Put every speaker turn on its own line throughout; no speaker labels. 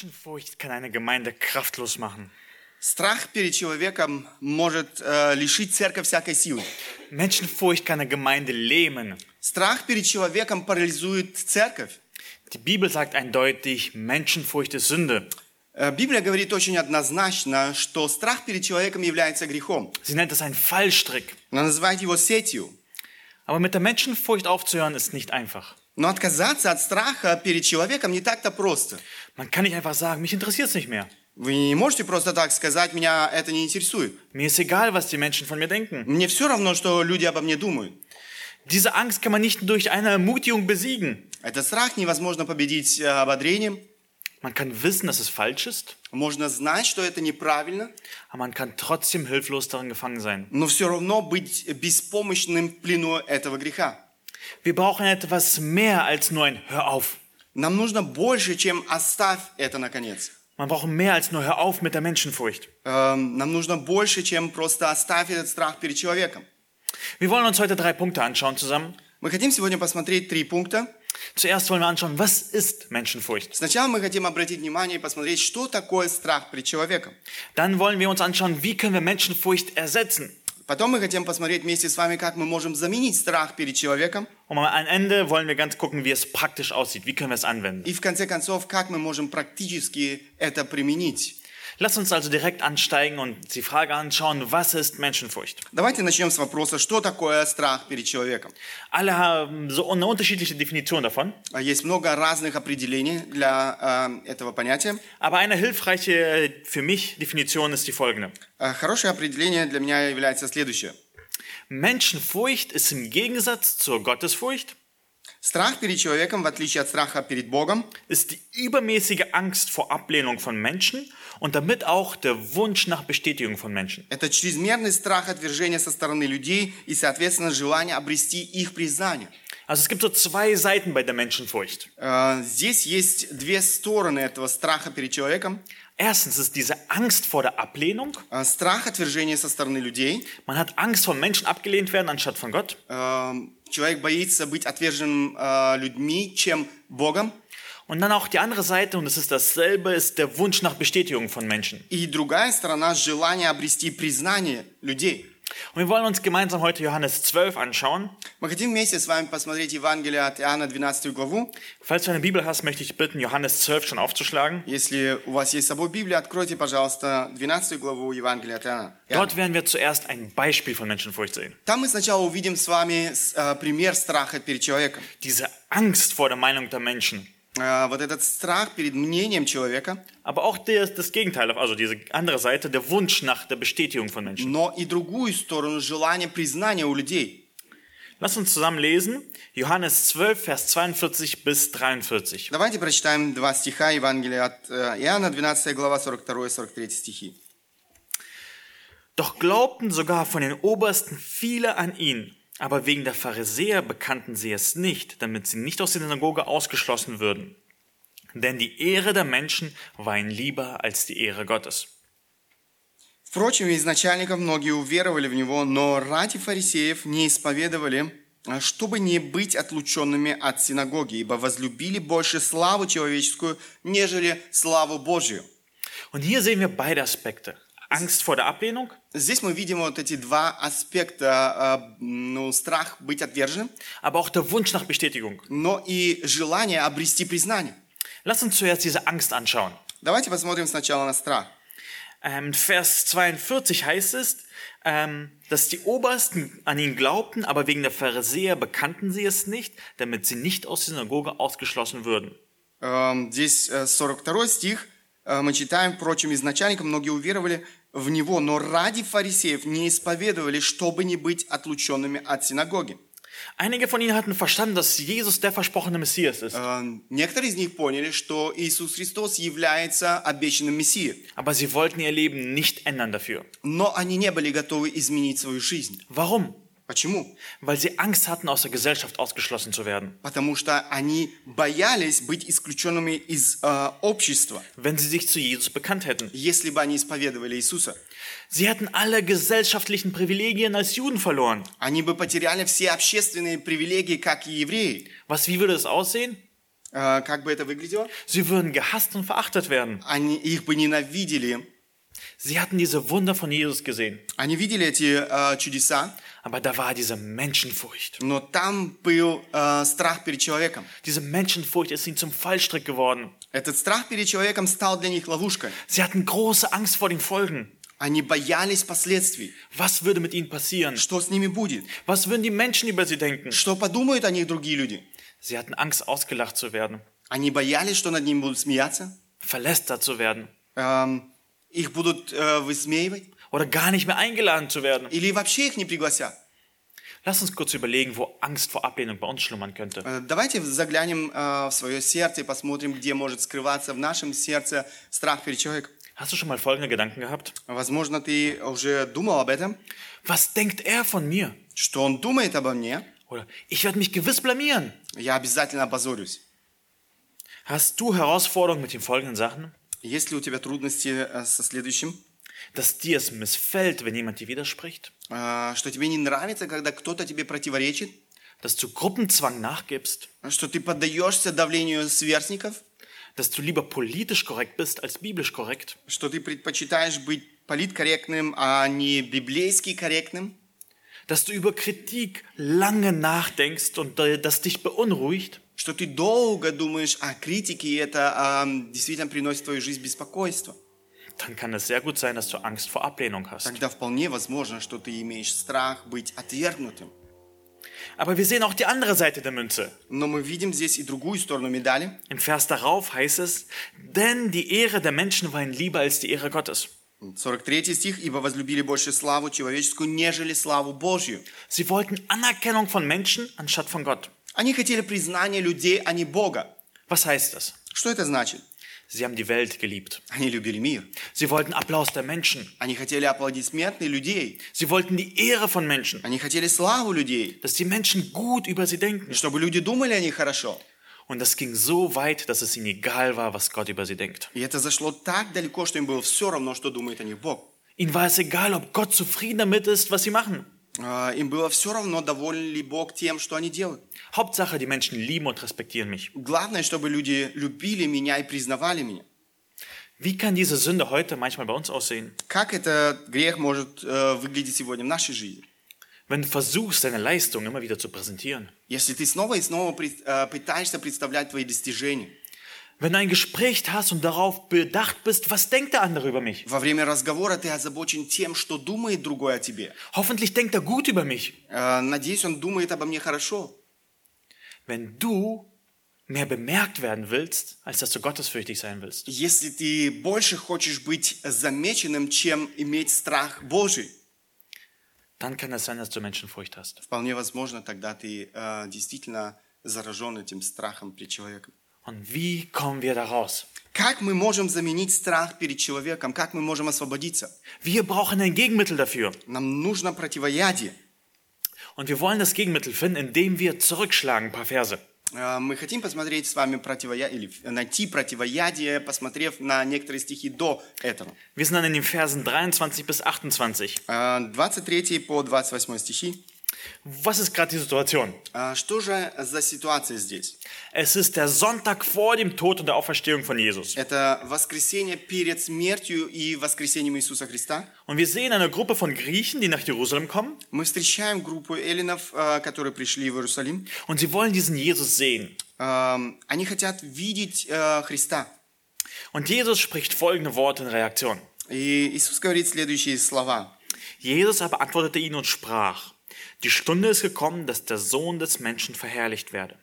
Menschenfurcht kann eine Gemeinde kraftlos machen.
Страх перед человеком может э, лишить церковь всякой силы.
Menschenfurcht kann eine Gemeinde lähmen.
Страх перед человеком парализует церковь.
Die Bibel sagt eindeutig, Menschenfurcht ist Sünde.
Э, Библия говорит очень однозначно, что страх перед человеком является грехом.
Sie nennt es einen Fallstrick.
Она называет его сетью.
Aber mit der Menschenfurcht aufzuhören ist nicht einfach.
Но отказаться от страха перед человеком не так-то просто.
Man kann nicht einfach sagen, mich interessiert es nicht mehr.
Вы не можете просто так сказать, меня это не интересует.
Mir ist egal, was die Menschen von mir denken.
Мне все равно, что люди обо мне думают.
Diese Angst kann man nicht durch eine Ermutigung besiegen.
Этот страх невозможно победить э, ободрением.
Man kann wissen, dass es falsch ist,
Можно знать, что это неправильно,
aber man kann trotzdem hilflos darin gefangen sein.
но все равно быть беспомощным в плену этого греха.
Wir brauchen etwas mehr als nur ein Hör auf.
Нам нужно больше, чем оставь это наконец.
Man braucht mehr als nur Hör auf mit der Menschenfurcht.
Эм, Нам нужно больше, чем просто оставь этот страх перед человеком.
Wir wollen uns heute drei Punkte anschauen zusammen.
Мы хотим сегодня посмотреть три пункта.
Zuerst wollen wir anschauen, was ist Menschenfurcht?
Сначала мы хотим обратить внимание и посмотреть, что такое страх перед человеком.
Dann wollen wir uns anschauen, wie können wir Menschenfurcht ersetzen?
Потом мы хотим посмотреть вместе с вами, как мы можем заменить страх перед человеком.
Und am Ende wollen wir ganz gucken, wie es praktisch aussieht. Wie können wir es anwenden?
И в конце концов, как мы можем практически это применить.
Lass uns also direkt ansteigen und die Frage anschauen, was ist Menschenfurcht?
Давайте начнем с вопроса, что такое страх перед человеком.
Alle haben so eine unterschiedliche Definition davon,
А Есть много разных определений для э, этого понятия.
aber eine hilfreiche für mich Definition ist die folgende.
Э, Хорошее определение для меня является следующее.
Menschenfurcht ist im Gegensatz zur Gottesfurcht,
Страх перед человеком, в отличие от страха перед Богом,
ist die übermäßige Angst vor Ablehnung von Menschen und damit auch der Wunsch nach Bestätigung von Menschen.
это чрезмерный страх отвержения со стороны людей и, соответственно, желание обрести их признание.
Also es gibt so zwei Seiten bei der Menschenfurcht.
Э, Здесь есть две стороны этого страха перед человеком.
Erstens ist diese Angst vor der Ablehnung.
Э, Страх отвержения со стороны людей.
Man hat Angst, von Menschen abgelehnt werden anstatt von Gott.
Э, Человек боится быть отверженным э, людьми, чем Богом.
Und dann auch die andere Seite, und es ist dasselbe, ist der Wunsch nach Bestätigung von Menschen.
И другая сторона – желание обрести признание людей.
Und wir wollen uns gemeinsam heute Johannes 12 anschauen.
Мы хотим вместе с вами посмотреть Евангелие от Иоанна, 12 главу.
Falls du eine Bibel hast, möchte ich bitten, Johannes 12 schon aufzuschlagen.
Если у вас есть с собой Библия, откройте, пожалуйста, 12 главу Евангелия от Иоанна. Иоанна.
Dort werden wir zuerst ein Beispiel von Menschenfurcht sehen.
Там мы сначала увидим с вами с- э, пример страха перед человеком.
Diese Angst vor der Meinung der Menschen.
Э, вот этот страх перед мнением человека,
Aber auch das, das Gegenteil, also diese andere Seite, der Wunsch nach der Bestätigung von Menschen.
но и другую сторону желание признания у людей.
Lass uns zusammen lesen. Johannes 12, Vers 42 bis 43.
Давайте прочитаем два стиха Евангелия от э, Иоанна, 12 глава, 42-43 стихи.
Doch glaubten sogar von den Obersten viele an ihn. Aber wegen der Pharisäer bekannten sie es nicht, damit sie nicht aus der Synagoge ausgeschlossen würden. Denn die Ehre der Menschen war ihnen lieber als die Ehre Gottes.
Впрочем, из начальников многие уверовали в него, но ради фарисеев не исповедовали, а чтобы не быть отлученными от синагоги, ибо возлюбили больше славу человеческую, нежели славу Божью.
Und hier sehen wir beide Aspekte. Angst vor der Ablehnung,
Здесь мы видим вот эти два аспекта, э, ну, страх быть отверженным,
aber auch der Wunsch nach Bestätigung.
но и желание обрести признание.
Lass uns zuerst diese Angst anschauen.
Давайте посмотрим сначала на страх.
Ähm, Vers 42 heißt es, ähm, dass die Obersten an ihn glaubten, aber wegen der Pharisäer bekannten sie es nicht, damit sie nicht aus der Synagoge ausgeschlossen würden.
Эм, Здесь э, 42 стих э, мы читаем, впрочем, из начальника многие уверовали в него, но ради фарисеев не исповедовали, чтобы не быть отлученными от синагоги.
Einige von ihnen hatten verstanden, dass Jesus der versprochene Messias ist,
Эм, Некоторые из них поняли, что Иисус Христос является обещанным Мессией,
aber sie wollten ihr Leben nicht ändern dafür.
но они не были готовы изменить свою жизнь.
Warum?
Почему?
Weil sie Angst hatten, aus der Gesellschaft ausgeschlossen zu werden.
Потому что они боялись быть исключенными из э, общества,
Wenn sie sich zu Jesus bekannt hätten.
если бы они исповедовали Иисуса.
Sie hätten alle gesellschaftlichen Privilegien als Juden verloren.
Они бы потеряли все общественные привилегии, как и евреи.
Was, wie würde es aussehen?
Э, Как бы это выглядело?
Sie würden gehasst und verachtet werden.
Они их бы ненавидели.
Sie hatten diese Wunder von Jesus gesehen,
Они видели эти э, чудеса,
aber da war diese Menschenfurcht.
но там был э, страх перед человеком.
Diese Menschenfurcht ist ihnen zum Fallstrick geworden.
Этот страх перед человеком стал для них ловушкой.
Sie hatten große Angst vor den Folgen.
Они боялись последствий.
Was würde mit ihnen passieren?
Что с ними будет?
Was würden die Menschen über sie denken?
Что подумают о них другие люди?
Sie hatten Angst, ausgelacht zu werden,
Они боялись, что над ними будут смеяться,
verlästert zu werden
эм, их будут э, высмеивать,
oder gar nicht mehr eingeladen zu werden.
или вообще их не пригласят.
Lass uns kurz überlegen, wo Angst vor Ablehnung bei uns schlummern könnte.
Э, Давайте заглянем э, в свое сердце и посмотрим, где может скрываться в нашем сердце страх перед человеком.
Hast du schon mal folgende Gedanken gehabt?
Возможно, ты уже думал об этом,
Was denkt er von mir?
что он думает обо мне,
Oder ich werde mich gewiss blamieren.
я обязательно опозорюсь.
Hast du Herausforderungen mit den folgenden Sachen?
Есть ли у тебя трудности э, со следующим?
Dass dir es missfällt, wenn jemand dir widerspricht?
Э, Что тебе не нравится, когда кто-то тебе противоречит?
Dass du Gruppenzwang nachgibst?
Что ты поддаешься давлению сверстников?
Dass du lieber politisch korrekt bist als biblisch korrekt?
Что ты предпочитаешь быть политкорректным, а не библейски корректным?
Dass du über Kritik lange nachdenkst und äh, das dich beunruhigt?
Что ты долго думаешь о критике, и это ам, действительно приносит в твою жизнь беспокойство?
Dann kann es sehr gut sein, dass du Angst vor Ablehnung hast.
Тогда вполне возможно, что ты имеешь страх быть отвергнутым.
Aber wir sehen auch die andere Seite der Münze.
Но мы видим здесь и другую сторону медали.
Im Vers darauf heißt es, denn die Ehre der Menschen war ihnen lieber als die Ehre Gottes.
43 стих. «Ибо возлюбили больше славу человеческую, нежели славу Божью».
Sie wollten Anerkennung von Menschen anstatt von Gott.
Они хотели признания людей, а не Бога.
Was heißt das?
Что это значит?
Sie haben die Welt geliebt.
Они любили мир.
Sie wollten Applaus der Menschen.
Они хотели аплодисменты людей.
Sie wollten die Ehre von Menschen,
Они хотели славу людей.
dass die Menschen gut über sie denken.
Чтобы люди думали о них хорошо.
Und das ging so weit, dass es ihnen egal war, was Gott über sie denkt.
И это зашло так далеко, что им было все равно, что думает о них Бог.
Ihnen war es egal, ob Gott zufrieden damit ist, was sie machen.
А, Им было все равно, доволен ли Бог тем, что они делают.
Hauptsache, die Menschen lieben und respektieren mich.
Главное, чтобы люди любили меня и признавали меня.
Wie kann diese Sünde heute manchmal bei uns aussehen?
Как этот грех может э, выглядеть сегодня в нашей жизни?
Wenn du versuchst, deine Leistung immer wieder zu präsentieren.
Если ты снова и снова пред- э, пытаешься представлять твои достижения.
Wenn du ein Gespräch hast und darauf bedacht bist, was denkt der andere über mich?
Во время разговора ты озабочен тем, что думает другой о тебе.
Hoffentlich denkt er gut über mich.
Э, надеюсь, он думает обо мне хорошо.
Wenn du mehr bemerkt werden willst, als dass du gottesfürchtig sein willst,
Если ты больше хочешь быть замеченным, чем иметь страх Божий,
dann kann es sein, dass du Menschenfurcht hast.
вполне возможно, тогда ты э, действительно заражен этим страхом перед человеком.
Und wie kommen wir da raus?
Как мы можем заменить страх перед человеком? Как мы можем освободиться?
Wir brauchen ein Gegenmittel dafür.
Нам нужно противоядие.
Und wir wollen das Gegenmittel finden, indem wir zurückschlagen, ein paar Verse.
Э, Мы хотим посмотреть с вами противоядие, или найти противоядие, посмотрев на некоторые стихи до этого.
Wir sind dann in den Versen 23 bis 28.
Э, 23 по 28 стихи.
Was ist gerade die Situation?
Э, Что же за ситуация здесь?
Es ist der Sonntag vor dem Tod und der Auferstehung von Jesus.
Это воскресение перед смертью и воскресением Иисуса Христа.
Und wir sehen eine Gruppe von Griechen, die nach Jerusalem kommen
Мы встречаем группу эллинов, э, которые пришли в Иерусалим.
und sie wollen diesen Jesus sehen.
Эм, Они хотят видеть э, Христа.
Und Jesus spricht folgende Worte in Reaktion.
И Иисус говорит следующие слова.
Jesus aber antwortete ihnen und sprach, die Stunde ist gekommen, dass der Sohn des Menschen verherrlicht werde.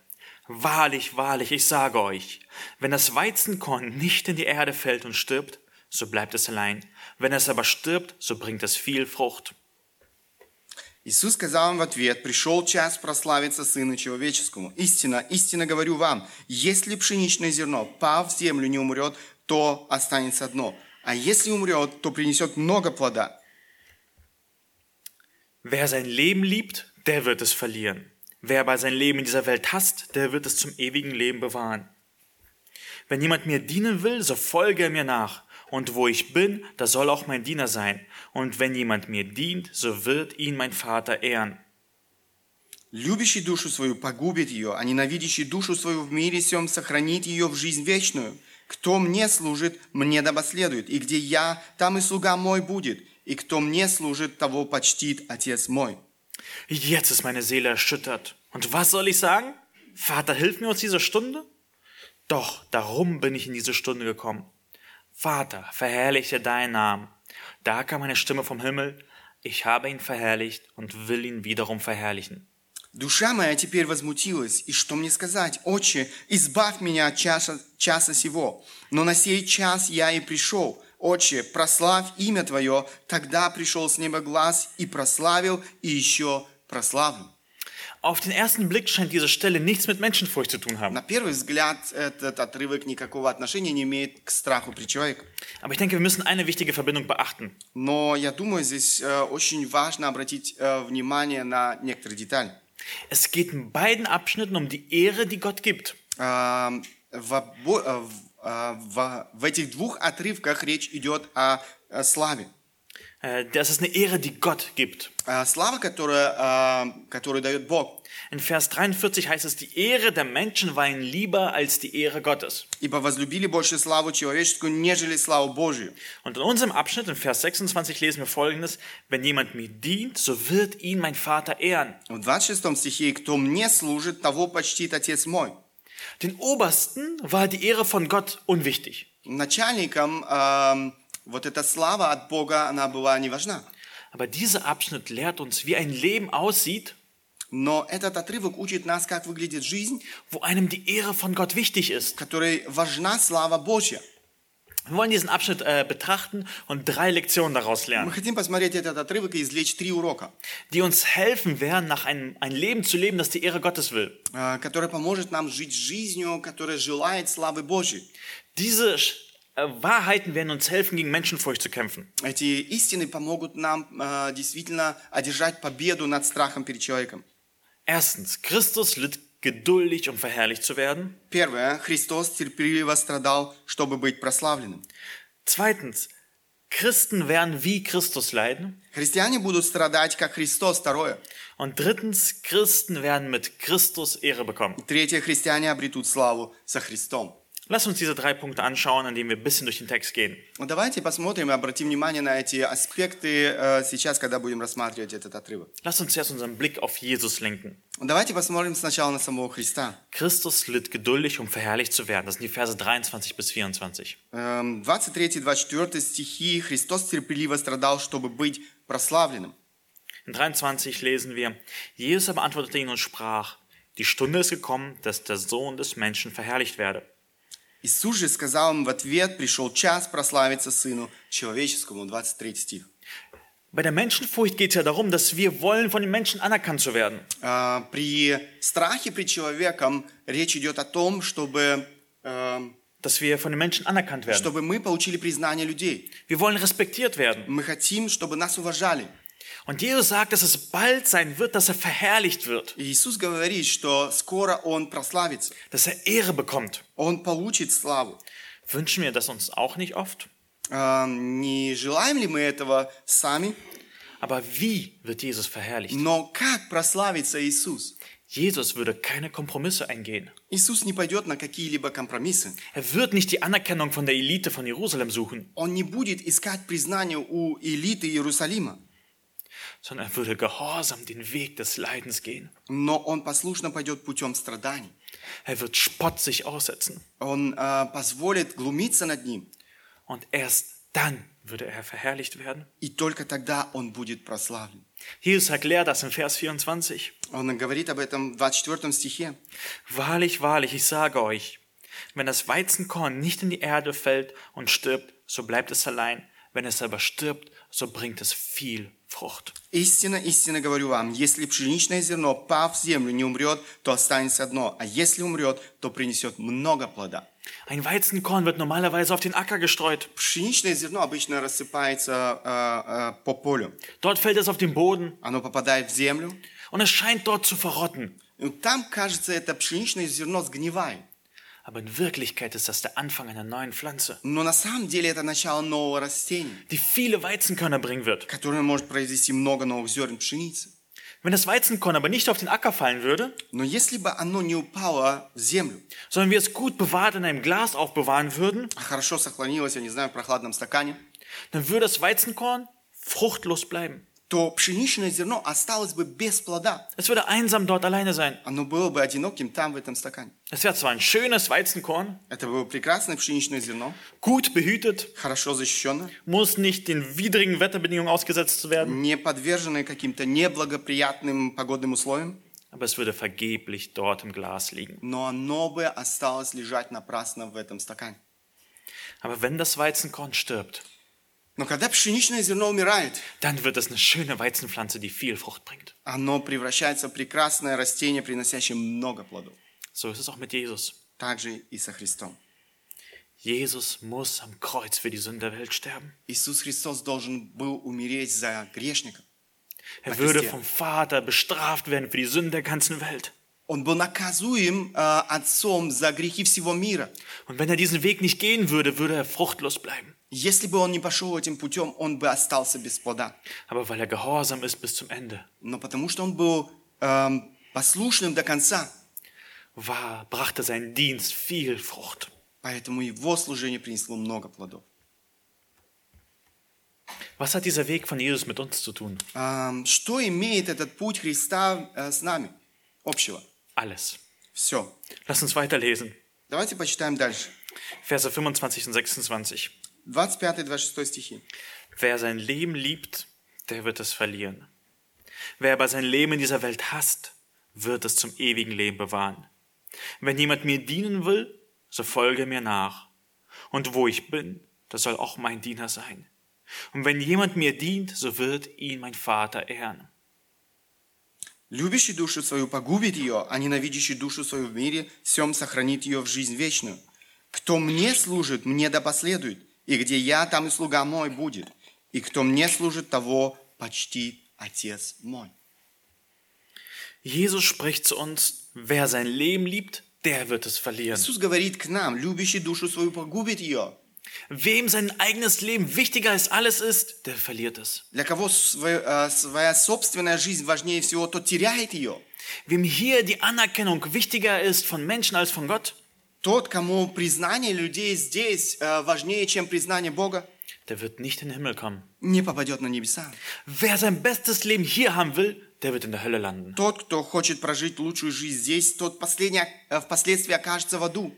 Wahrlich, wahrlich, ich sage euch, wenn das Weizenkorn nicht in die Erde fällt und stirbt, so bleibt es allein. Wenn es aber stirbt, so bringt es viel Frucht.
Иисус сказал им в ответ, «Пришел час прославиться Сыну Человеческому. Истина, истинно говорю вам, если пшеничное зерно, пав в землю, не умрет, то останется одно. А если умрет, то принесет много плода.
Wer sein Leben liebt, der wird es verlieren. Wer aber sein Leben in dieser Welt hasst, der wird es zum ewigen Leben bewahren. Wenn jemand mir dienen will, so folge er mir nach. Und wo ich bin, da soll auch mein Diener sein. Und wenn jemand mir dient, so wird ihn mein Vater ehren.
Любящий душу свою погубит ее, а ненавидящий душу свою в мире сем сохранит ее в жизнь вечную. Кто мне служит, мне добоследует, и где я, там и слуга мой будет, и кто мне служит, того почтит Отец мой».
Jetzt ist meine Seele erschüttert. Und was soll ich sagen? Vater, hilf mir aus dieser Stunde? Doch, darum bin ich in diese Stunde gekommen. Vater, verherrliche deinen Namen. Da kam eine Stimme vom Himmel, ich habe ihn verherrlicht und will ihn wiederum verherrlichen.
Душа моя теперь возмутилась, и что мне сказать? Отче, избавь меня от часа, часа сего. Но на сей час я и пришел. Отче, прославь имя Твое, тогда пришел с неба глаз и прославил, и еще прославлю.
Auf den ersten Blick scheint diese Stelle nichts mit Menschenfurcht zu tun haben.
На первый взгляд этот отрывок никакого отношения не имеет к страху при человеке.
Aber ich denke, wir müssen eine wichtige Verbindung beachten.
Но я думаю, здесь э, очень важно обратить э, внимание на некоторые детали.
Es geht in beiden Abschnitten um die Ehre, die Gott gibt.
А, в, обо- э, в- а, в- в этих двух отрывках речь идет о, э, славе.
Äh, Das ist eine Ehre, die Gott gibt.
А, слава, которая, а, которую дает Бог.
In Vers 43 heißt es, die Ehre der Menschen war ihnen lieber als die Ehre Gottes.
«Ибо возлюбили больше славу человеческую, нежели славу Божию».
Und in unserem Abschnitt, in Vers 26, lesen wir folgendes, wenn jemand mir dient, so wird ihn mein Vater ehren.
В 26 стихе «Кто мне служит, того почтит Отец мой».
Den Obersten war die Ehre von Gott unwichtig.
Начальником ам, вот эта слава от Бога, она была не важна.
Aber dieser Abschnitt lehrt uns, wie ein Leben aussieht,
Но этот отрывок учит нас, как выглядит жизнь,
wo einem die Ehre von Gott wichtig
в
ist.
которой важна слава Божья.
Wir wollen diesen Abschnitt äh, betrachten und drei Lektionen daraus
Мы
lernen,
хотим посмотреть этот отрывок и извлечь три урока,
die uns helfen werden, nach einem ein Leben zu leben, das die Ehre Gottes will.
а, который поможет нам жить жизнью, которая желает славы Божьей.
Diese äh, Wahrheiten werden uns helfen, gegen Menschenfurcht zu kämpfen.
Эти истины помогут нам а, действительно одержать победу над страхом перед человеком.
Erstens, Christus litt geduldig, um verherrlicht zu werden.
Первое. Христос терпеливо страдал, чтобы быть прославленным.
Zweitens, Christen werden wie Christus leiden.
Христиане будут страдать, как Христос. Второе.
Und drittens, Christen werden mit Christus Ehre bekommen.
Третье. Христиане обретут славу со Христом.
Lass uns diese drei Punkte anschauen, indem wir ein bisschen durch den Text gehen.
Ну, Давайте посмотрим и обратим внимание на эти аспекты э, сейчас, когда будем рассматривать этот отрывок.
Lass uns zuerst unseren Blick auf Jesus lenken.
Давайте посмотрим сначала на самого Христа.
Christus litt geduldig, um verherrlicht zu werden. Das sind die Verse 23 bis 24.
Эм, 23-24 стихи «Христос терпеливо страдал, чтобы быть прославленным».
In 23 lesen wir, Jesus aber antwortete ihnen und sprach, die Stunde ist gekommen, dass der Sohn des Menschen verherrlicht werde.
Иисус же сказал им в ответ, пришел час прославиться Сыну Человеческому, 23 стих.
Bei der Menschenfurcht geht es ja darum, dass wir wollen, von den Menschen anerkannt zu werden.
А, При страхе пред человеком речь идет о том, чтобы, эм,
Dass wir von den Menschen anerkannt werden.
чтобы мы получили признание людей.
Wir wollen respektiert werden.
Мы хотим, чтобы нас уважали.
Und Jesus sagt, dass es bald sein wird, dass er verherrlicht wird,
И Иисус говорит, что скоро Он прославится,
dass er Ehre bekommt.
Он получит славу.
Wünschen wir das uns auch nicht oft?
А, Не желаем ли мы этого сами?
Aber wie wird Jesus verherrlicht?
Но как прославится Иисус?
Jesus würde keine Kompromisse eingehen.
Иисус не пойдет на какие-либо компромиссы.
Er wird nicht die Anerkennung von der Elite von Jerusalem suchen,
Он не будет искать признания у элиты Иерусалима,
sondern er würde gehorsam den Weg des Leidens gehen.
но он послушно пойдет путем страданий.
Er wird Spott sich aussetzen.
Он а, позволит глумиться над ним,
Und erst dann würde er verherrlicht werden.
и только тогда он будет прославлен.
Jesus erklärt das in Vers 24.
Он говорит об этом в 24 стихе.
Wahrlich, wahrlich, ich sage euch, wenn das Weizenkorn nicht in die Erde fällt und stirbt, so bleibt es allein. Wenn es aber stirbt, so bringt es viel Frucht.
«Истинно, истинно говорю вам, если пшеничное зерно, пав в землю, не умрет, то останется одно, а если умрет, то принесет много плода».
Ein Weizenkorn wird normalerweise auf den Acker gestreut.
Пшеничное зерно обычно рассыпается а, а, по полю.
Dort fällt es auf den Boden
Оно попадает в землю.
und es scheint dort zu verrotten.
И Там, кажется, это пшеничное зерно сгнивает.
Aber in Wirklichkeit ist das der Anfang einer neuen Pflanze,
Но на самом деле это начало нового растения,
die viele Weizenkörner bringen wird.
которое может произвести много новых зерен пшеницы.
Wenn das Weizenkorn aber nicht auf den Acker fallen würde,
Но если бы оно не упало в землю,
sondern wir es gut bewahrt in einem Glas aufbewahren würden,
а хорошо сохранилось, я не знаю, в прохладном стакане,
dann würde das Weizenkorn fruchtlos bleiben.
то пшеничное зерно осталось бы без плода.
Es würde einsam dort alleine sein.
Оно было бы одиноким там, в этом стакане.
Es wäre zwar ein schönes Weizenkorn,
Это было прекрасное пшеничное зерно,
gut behütet,
хорошо защищенное,
muss nicht den widrigen Wetterbedingungen ausgesetzt werden,
не подверженное каким-то неблагоприятным погодным условиям,
aber es würde vergeblich dort im Glas liegen.
но оно бы осталось лежать напрасно в этом стакане.
Aber wenn das Weizenkorn stirbt,
Но когда пшеничное зерно умирает,
dann wird es eine schöne Weizenpflanze, die viel Frucht bringt.
оно превращается в прекрасное растение, приносящее много плодов.
So ist es auch mit Jesus.
Так же и со Христом.
Jesus muss am Kreuz für die Sünden der Welt sterben.
Иисус Христос должен был умереть за грешника.
Er
Na,
würde vom
Christian.
Vater bestraft werden für die Sünden der ganzen Welt.
Он был наказуем э, Отцом за грехи всего мира.
Und wenn er diesen Weg nicht gehen würde, würde er fruchtlos bleiben.
Если бы он не пошел этим путем, он бы остался без плода.
Aber weil er gehorsam ist bis zum Ende,
Но потому что он был эм, послушным до конца,
war, brachte sein Dienst viel Frucht.
поэтому его служение принесло много плодов.
Was hat dieser Weg von Jesus mit uns zu tun?
Эм, что имеет этот путь Христа э, с нами общего?
Alles.
Все.
Lass uns weiterlesen.
Давайте почитаем дальше.
Verse 25 und 26.
25-26 стихи.
Wer sein Leben liebt, der wird es verlieren. Wer aber sein Leben in dieser Welt hasst, wird es zum ewigen Leben bewahren. Wenn jemand mir dienen will, so folge mir nach. Und wo ich bin, das soll auch mein Diener sein. Und wenn jemand mir dient, so wird ihn mein Vater ehren.
Любящий душу свою погубит ее, а ненавидящий душу свою в мире всем сохранит ее в жизнь вечную. Кто мне служит, мне да последует, и где я, там и слуга мой будет. И кто мне служит, того почти Отец мой.
Jesus spricht zu uns, wer sein Leben liebt, der wird es verlieren.
Иисус говорит к нам, любящий душу свою погубит ее.
Wem sein eigenes Leben wichtiger als alles ist, der verliert es.
Для кого свое- э, своя собственная жизнь важнее всего, тот теряет ее.
Wem hier die Anerkennung wichtiger ist von Menschen als von Gott,
Тот, кому признание людей здесь э, важнее, чем признание Бога,
der wird nicht in den Himmel kommen.
не попадет на небеса.
Wer sein bestes Leben hier haben will, der wird in der Hölle landen.
Тот, кто хочет прожить лучшую жизнь здесь, тот последний- э, впоследствии окажется в аду.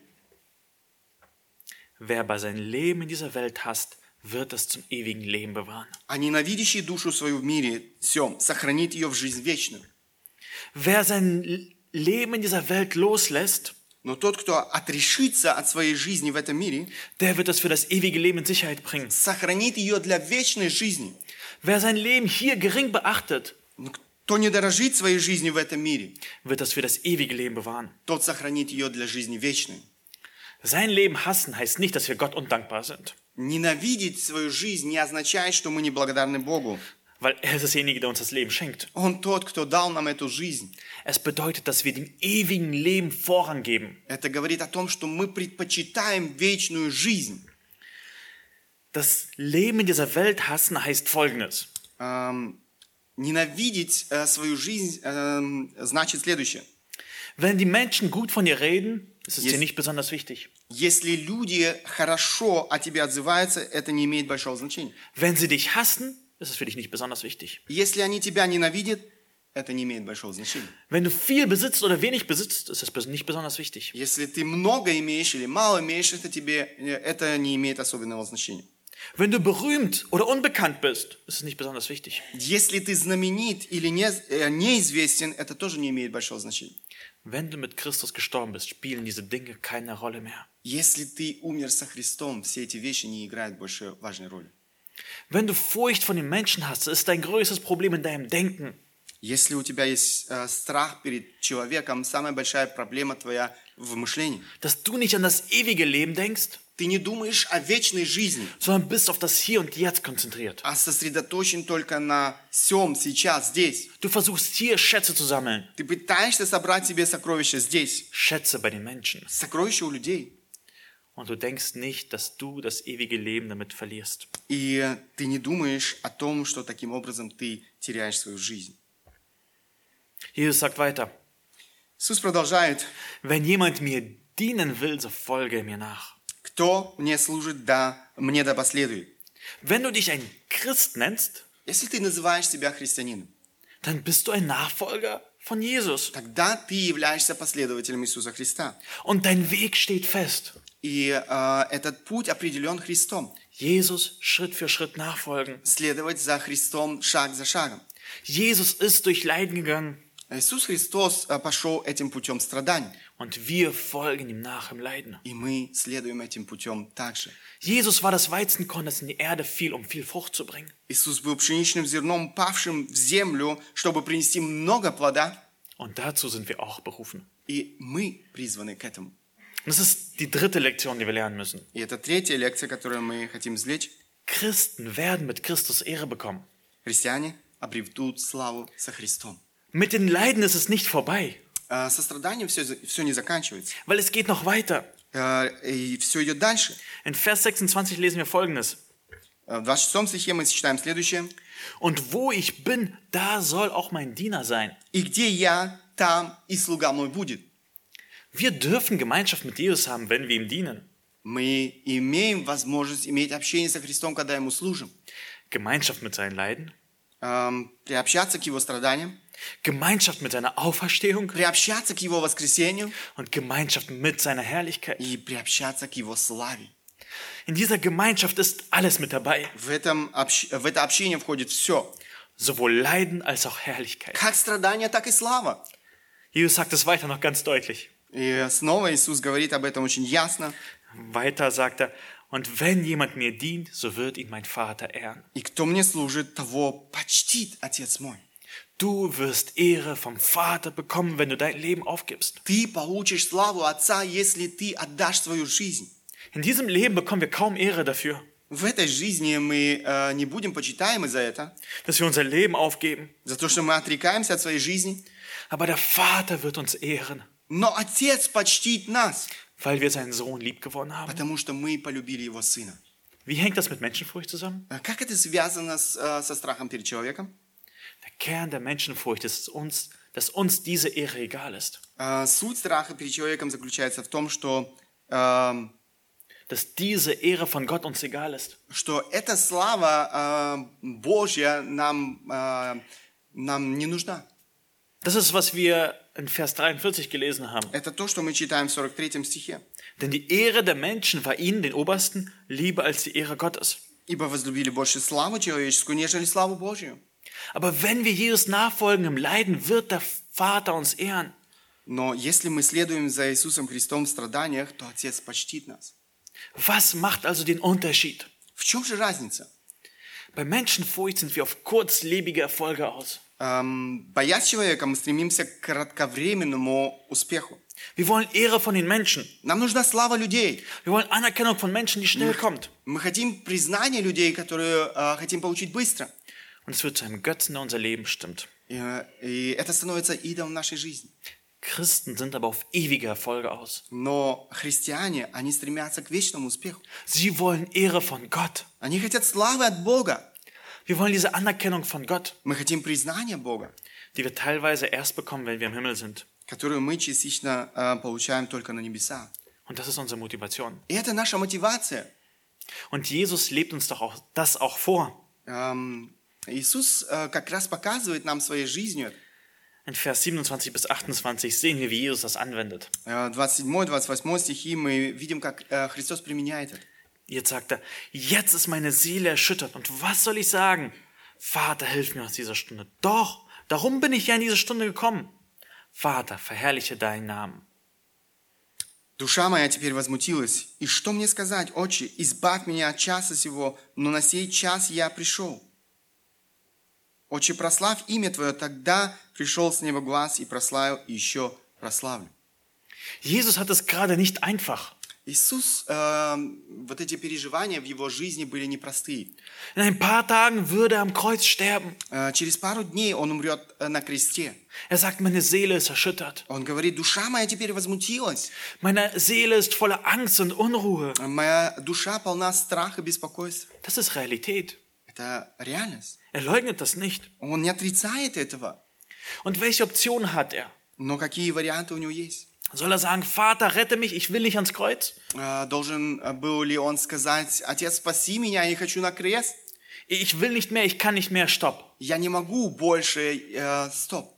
Wer aber sein Leben in dieser Welt hasst, wird es zum ewigen Leben bewahren.
А ненавидящий душу свою в мире всем сохранит ее в жизнь вечную.
Wer sein L- Leben in dieser Welt loslässt,
Но тот, кто отрешится от своей жизни в этом мире,
der wird es für das ewige Leben in Sicherheit bringen.
сохранит ее для вечной жизни.
Wer sein Leben hier gering beachtet,
Но Кто не дорожит своей жизнью в этом мире,
wird es für das ewige Leben bewahren.
тот сохранит ее для жизни вечной.
Sein Leben hassen heißt nicht, dass wir Gott undankbar sind,
Ненавидеть свою жизнь не означает, что мы не благодарны Богу.
weil er ist dasjenige, der uns das Leben schenkt.
Он тот, кто дал нам эту жизнь.
Es bedeutet, dass wir dem ewigen Leben Vorrang geben.
Это говорит о том, что мы предпочитаем вечную жизнь.
Das Leben in dieser Welt hassen heißt folgendes.
Ам, ненавидеть э, свою жизнь эм, значит следующее.
Wenn die Menschen gut von dir reden, ist es
Yes.
dir nicht besonders wichtig.
Если люди хорошо о тебе отзываются, это не имеет большого значения.
Wenn sie dich hassen, ist es für dich nicht besonders wichtig.
Если они тебя ненавидят, это не имеет большого значения.
Wenn du viel besitzt oder wenig besitzt, ist es bes- nicht besonders wichtig.
Если ты много имеешь или мало имеешь, это тебе э, это не имеет особенного значения.
Wenn du berühmt oder unbekannt bist, ist es nicht besonders wichtig.
Если ты знаменит или не, э, неизвестен, это тоже не имеет большого значения.
Wenn du mit Christus gestorben bist, spielen diese Dinge keine Rolle mehr.
Если ты умер со Христом, все эти вещи не играют больше важной роли.
Wenn du Furcht von den Menschen hast, ist dein größtes Problem in deinem Denken.
Если у тебя есть э, страх перед человеком, самая большая проблема твоя в мышлении.
Dass du nicht an das ewige Leben denkst,
Ты не думаешь о вечной жизни,
sondern bist auf das Hier und Jetzt konzentriert.
а сосредоточен только на всем сейчас, здесь.
Du versuchst hier Schätze zu sammeln.
Ты пытаешься собрать себе сокровища здесь,
Schätze bei den Menschen.
сокровища у людей.
Und du denkst nicht, dass du das ewige Leben damit verlierst.
И э, ты не думаешь о том, что таким образом ты теряешь свою жизнь.
Jesus sagt weiter,
Иисус продолжает.
wenn jemand mir dienen will, so folge mir nach.
Кто мне служит, да, мне да последует.
Wenn du dich ein Christ nennst,
Если ты называешь себя христианином,
dann bist du ein Nachfolger von Jesus.
тогда ты являешься последователем Иисуса Христа.
Und dein Weg steht fest.
И э, этот путь определен Христом.
Jesus Schritt für Schritt nachfolgen.
Следовать за Христом шаг за шагом.
Jesus ist durch Leiden gegangen
Иисус Христос э, пошел этим путем страданий,
und wir folgen ihm nach im Leiden.
и мы следуем этим путем также.
Jesus war das Weizenkorn, das in die Erde fiel, um viel Frucht zu bringen.
Иисус был пшеничным зерном, павшим в землю, чтобы принести много плода,
Und dazu sind wir auch berufen.
и мы призваны к этому.
Und das ist die dritte Lektion, die wir lernen müssen.
И это третья лекция, которую мы хотим извлечь.
Christen werden mit Christus Ehre bekommen.
Христиане обретут славу со Христом.
Mit den Leiden ist es nicht vorbei,
А Состраданием все, все не заканчивается.
weil es geht noch weiter.
А, И все идет дальше.
In Vers 26 lesen wir folgendes.
А В 26 стихе мы читаем следующее.
Und wo ich bin, da soll auch mein Diener sein.
«И где я, там и слуга мой будет».
Wir dürfen Gemeinschaft mit Jesus haben, wenn wir ihm dienen.
Мы имеем возможность иметь общение со Христом, когда Ему служим.
Gemeinschaft mit seinen Leiden,
Ам, Приобщаться к Его страданиям,
Gemeinschaft mit seiner Auferstehung
приобщаться к Его воскресению
und Gemeinschaft mit seiner Herrlichkeit.
и приобщаться к Его славе.
In dieser Gemeinschaft ist alles mit dabei,
В, этом общ- в это общение входит все.
sowohl Leiden als auch Herrlichkeit.
Как страдания, так и слава.
Jesus sagt es weiter noch ganz deutlich.
И снова Иисус говорит об этом очень ясно.
Weiter sagt er, und wenn jemand mir dient, so wird ihn mein Vater ehren.
«И кто мне служит, того почтит Отец мой».
Du wirst Ehre vom Vater bekommen, wenn du dein Leben aufgibst.
Ты получишь славу Отца, если ты отдашь свою жизнь.
In diesem Leben bekommen wir kaum Ehre dafür,
В этой жизни мы э, не будем почитаемы за это,
dass wir unser Leben aufgeben.
за то, что мы отрекаемся от своей жизни.
Aber der Vater wird uns ehren,
Но Отец почтит нас,
weil wir seinen Sohn liebgewonnen haben.
потому что мы полюбили Его Сына.
Wie hängt das mit Menschenfurcht zusammen?
А Как это связано с, э, со страхом перед человеком?
Der Kern der Menschenfurcht ist uns, dass uns diese Ehre egal ist.
Э, Суть страха перед человеком заключается в том, что, эм,
Dass diese Ehre von Gott uns egal ist.
что эта слава э, Божья нам, э, нам не нужна.
Das ist, was wir in Vers 43 gelesen haben.
Это то, что мы читаем в 43 стихе.
Denn die Ehre der Menschen war ihnen, den Obersten, lieber als die Ehre Gottes.
«Ибо возлюбили больше славу человеческую, нежели славу Божью».
Aber wenn wir Jesus nachfolgen im Leiden, wird der Vater uns ehren.
Но если мы следуем за Иисусом Христом в страданиях, то Отец почтит нас.
Was macht also den Unterschied?
В чем же разница?
Bei Menschenfurcht sind wir auf kurzlebige Erfolge aus.
Эм, боясь человека, мы стремимся к кратковременному успеху.
Wir wollen Ehre von den Menschen.
Нам нужна слава людей.
Wir wollen Anerkennung von Menschen, die schnell kommt.
Мы хотим признания людей, которые э, хотим получить быстро.
Und es wird zu einem Götzen, der unser Leben stimmt.
И, э, и это становится идом в нашей жизни.
Christen sind aber auf ewige Erfolge aus.
Но христиане, они стремятся к вечному успеху.
Sie wollen Ehre von Gott.
Они хотят славы от Бога.
Wir wollen diese Anerkennung von Gott,
Мы хотим признания Бога,
die wir teilweise erst bekommen, wenn wir im Himmel sind.
которую мы частично э, получаем только на небеса.
Und das ist unsere Motivation.
И это наша мотивация.
Und Jesus lebt uns doch auch das auch vor.
Эм, Иисус э, как раз показывает нам своей жизнью.
In Vers 27 bis 28 sehen wir, wie Jesus das anwendet.
Э, 27-28 стихи мы видим, как э, Христос применяет это.
Jetzt sagt er, jetzt ist meine Seele erschüttert und was soll ich sagen? Vater, hilf mir aus dieser Stunde. Doch, darum bin ich ja in diese Stunde gekommen. Vater, verherrliche deinen Namen.
«Душа моя теперь возмутилась. И что мне сказать, отче? Избавь меня от часа сего, но на сей час я пришел. Отче, прославь имя Твое, тогда пришел с неба глаз и прославил, и еще прославлю».
Jesus hat es gerade nicht einfach.
Иисус, эм, вот эти переживания в Его жизни были непростые.
In ein paar Tagen würde er am Kreuz sterben.
Э, через пару дней Он умрет э, на кресте.
Er sagt, meine Seele ist erschüttert.
Он говорит, душа моя теперь возмутилась.
Meine Seele ist voller Angst und Unruhe.
Моя душа полна страха, беспокойства.
Das ist Realität.
Это реальность.
Er leugnet das nicht.
Он не отрицает этого.
Und welche Option hat er?
Но какие варианты у него есть?
Soll er sagen, Vater, rette mich, ich will nicht ans Kreuz?
А, Должен а, был ли он сказать, «Отец, спаси меня, я не хочу на крест,
Ich will nicht mehr, ich kann nicht mehr, stopp.
я не могу больше, э, стоп».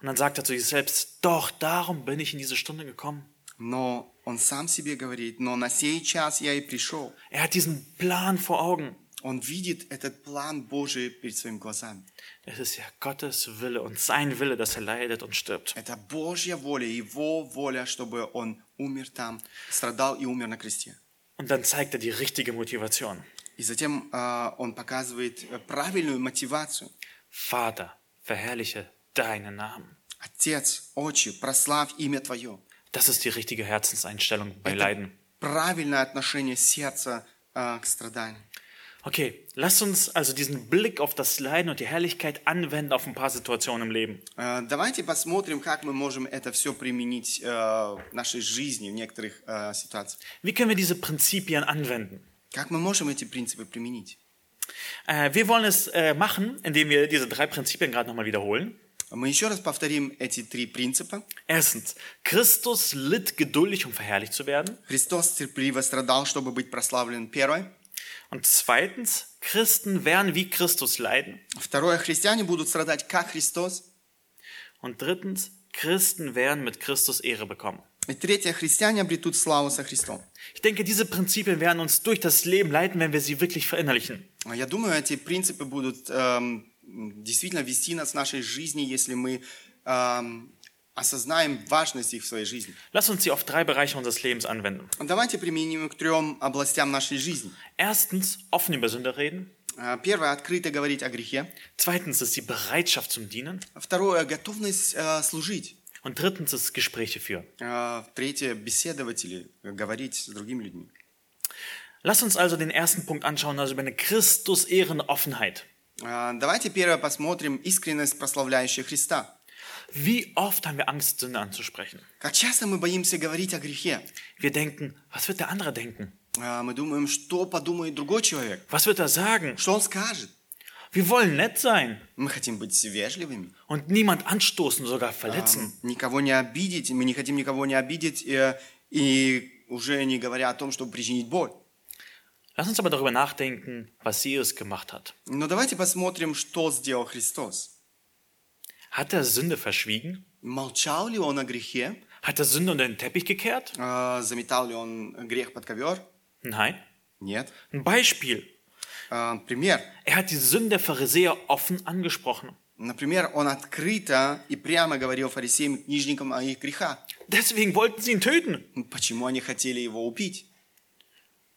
Und dann sagt er zu sich selbst, doch, darum bin ich in diese Stunde gekommen.
Но он сам себе говорит, «Но на сей час я и пришел».
Er hat diesen Plan vor Augen.
Он видит этот план Божий перед своими глазами.
Es ist ja Gottes Wille und sein Wille, dass er leidet und stirbt.
Это Божья воля, Его воля, чтобы Он умер там, страдал и умер на кресте.
Und dann zeigt er die richtige Motivation.
И затем а, Он показывает э, правильную мотивацию.
Vater, verherrliche deinen Namen.
Отец, Отче, прославь имя Твое.
Das ist die richtige Herzenseinstellung bei Leiden.
Правильное отношение сердца а, к страданию.
Okay, lasst uns also diesen Blick auf das Leiden und die Herrlichkeit anwenden auf ein paar Situationen im Leben.
Э, Давайте посмотрим, как мы можем это все применить э, в нашей жизни в некоторых э, ситуациях.
Wie können wir diese Prinzipien anwenden?
Как мы можем эти принципы применить?
Äh, wir wollen es äh, machen, indem wir diese drei Prinzipien gerade nochmal wiederholen.
Мы еще раз повторим эти три принципа.
Erstens, Christus litt geduldig, um verherrlicht zu werden.
Христос терпеливо страдал, чтобы быть прославлен. Первое.
Und zweitens, Christen werden wie Christus leiden.
Второе. Христиане будут страдать, как Христос.
Und drittens, Christen werden mit Christus Ehre bekommen.
И третье. Христиане обретут славу со Христом.
Ich denke, diese Prinzipien werden uns durch das Leben leiten, wenn wir sie wirklich verinnerlichen.
А Я думаю, эти принципы будут эм, действительно вести нас в нашей жизни, если мы эм, осознаем важность их в своей жизни.
Lass uns sie auf drei Bereiche unseres Lebens anwenden.
Давайте применим их к трем областям нашей жизни.
Erstens, offen über Sünde reden.
А, Первое – открыто говорить о грехе.
Zweitens ist die Bereitschaft zum Dienen.
Второе – готовность э, служить.
Und drittens ist Gespräche führen.
А, Третье – беседовать или говорить с другими людьми.
Lass uns also den ersten Punkt anschauen, also über eine Christus-ehrende Offenheit.
А, Давайте первое посмотрим искренность прославляющая Христа.
Wie oft haben wir Angst, Sünde anzusprechen?
Как часто мы боимся говорить о грехе?
Wir denken, was wird der andere denken?
А, Мы думаем, что подумает другой человек,
Was wird er sagen?
что он скажет.
Wir wollen nett sein
Мы хотим быть вежливыми,
und niemand anstoßen, sogar
Ähm.
verletzen.
никого не обидеть, мы не хотим никого не обидеть, э, и уже не говоря о том, чтобы причинить боль.
Lass uns aber darüber nachdenken, was Jesus gemacht hat.
Но давайте посмотрим, что сделал Христос.
Hat er Sünde verschwiegen?
Молчал ли он о грехе?
Hat er Sünde unter den Teppich gekehrt?
А, Заметал ли он грех под ковер?
Nein.
Нет.
Ein Beispiel.
А, Пример.
Er hat die Sünde der Pharisäer offen angesprochen.
Например, он открыто и прямо говорил фарисеям и книжникам о их грехах. Ну,
Deswegen wollten sie ihn töten.
Почему они хотели его убить?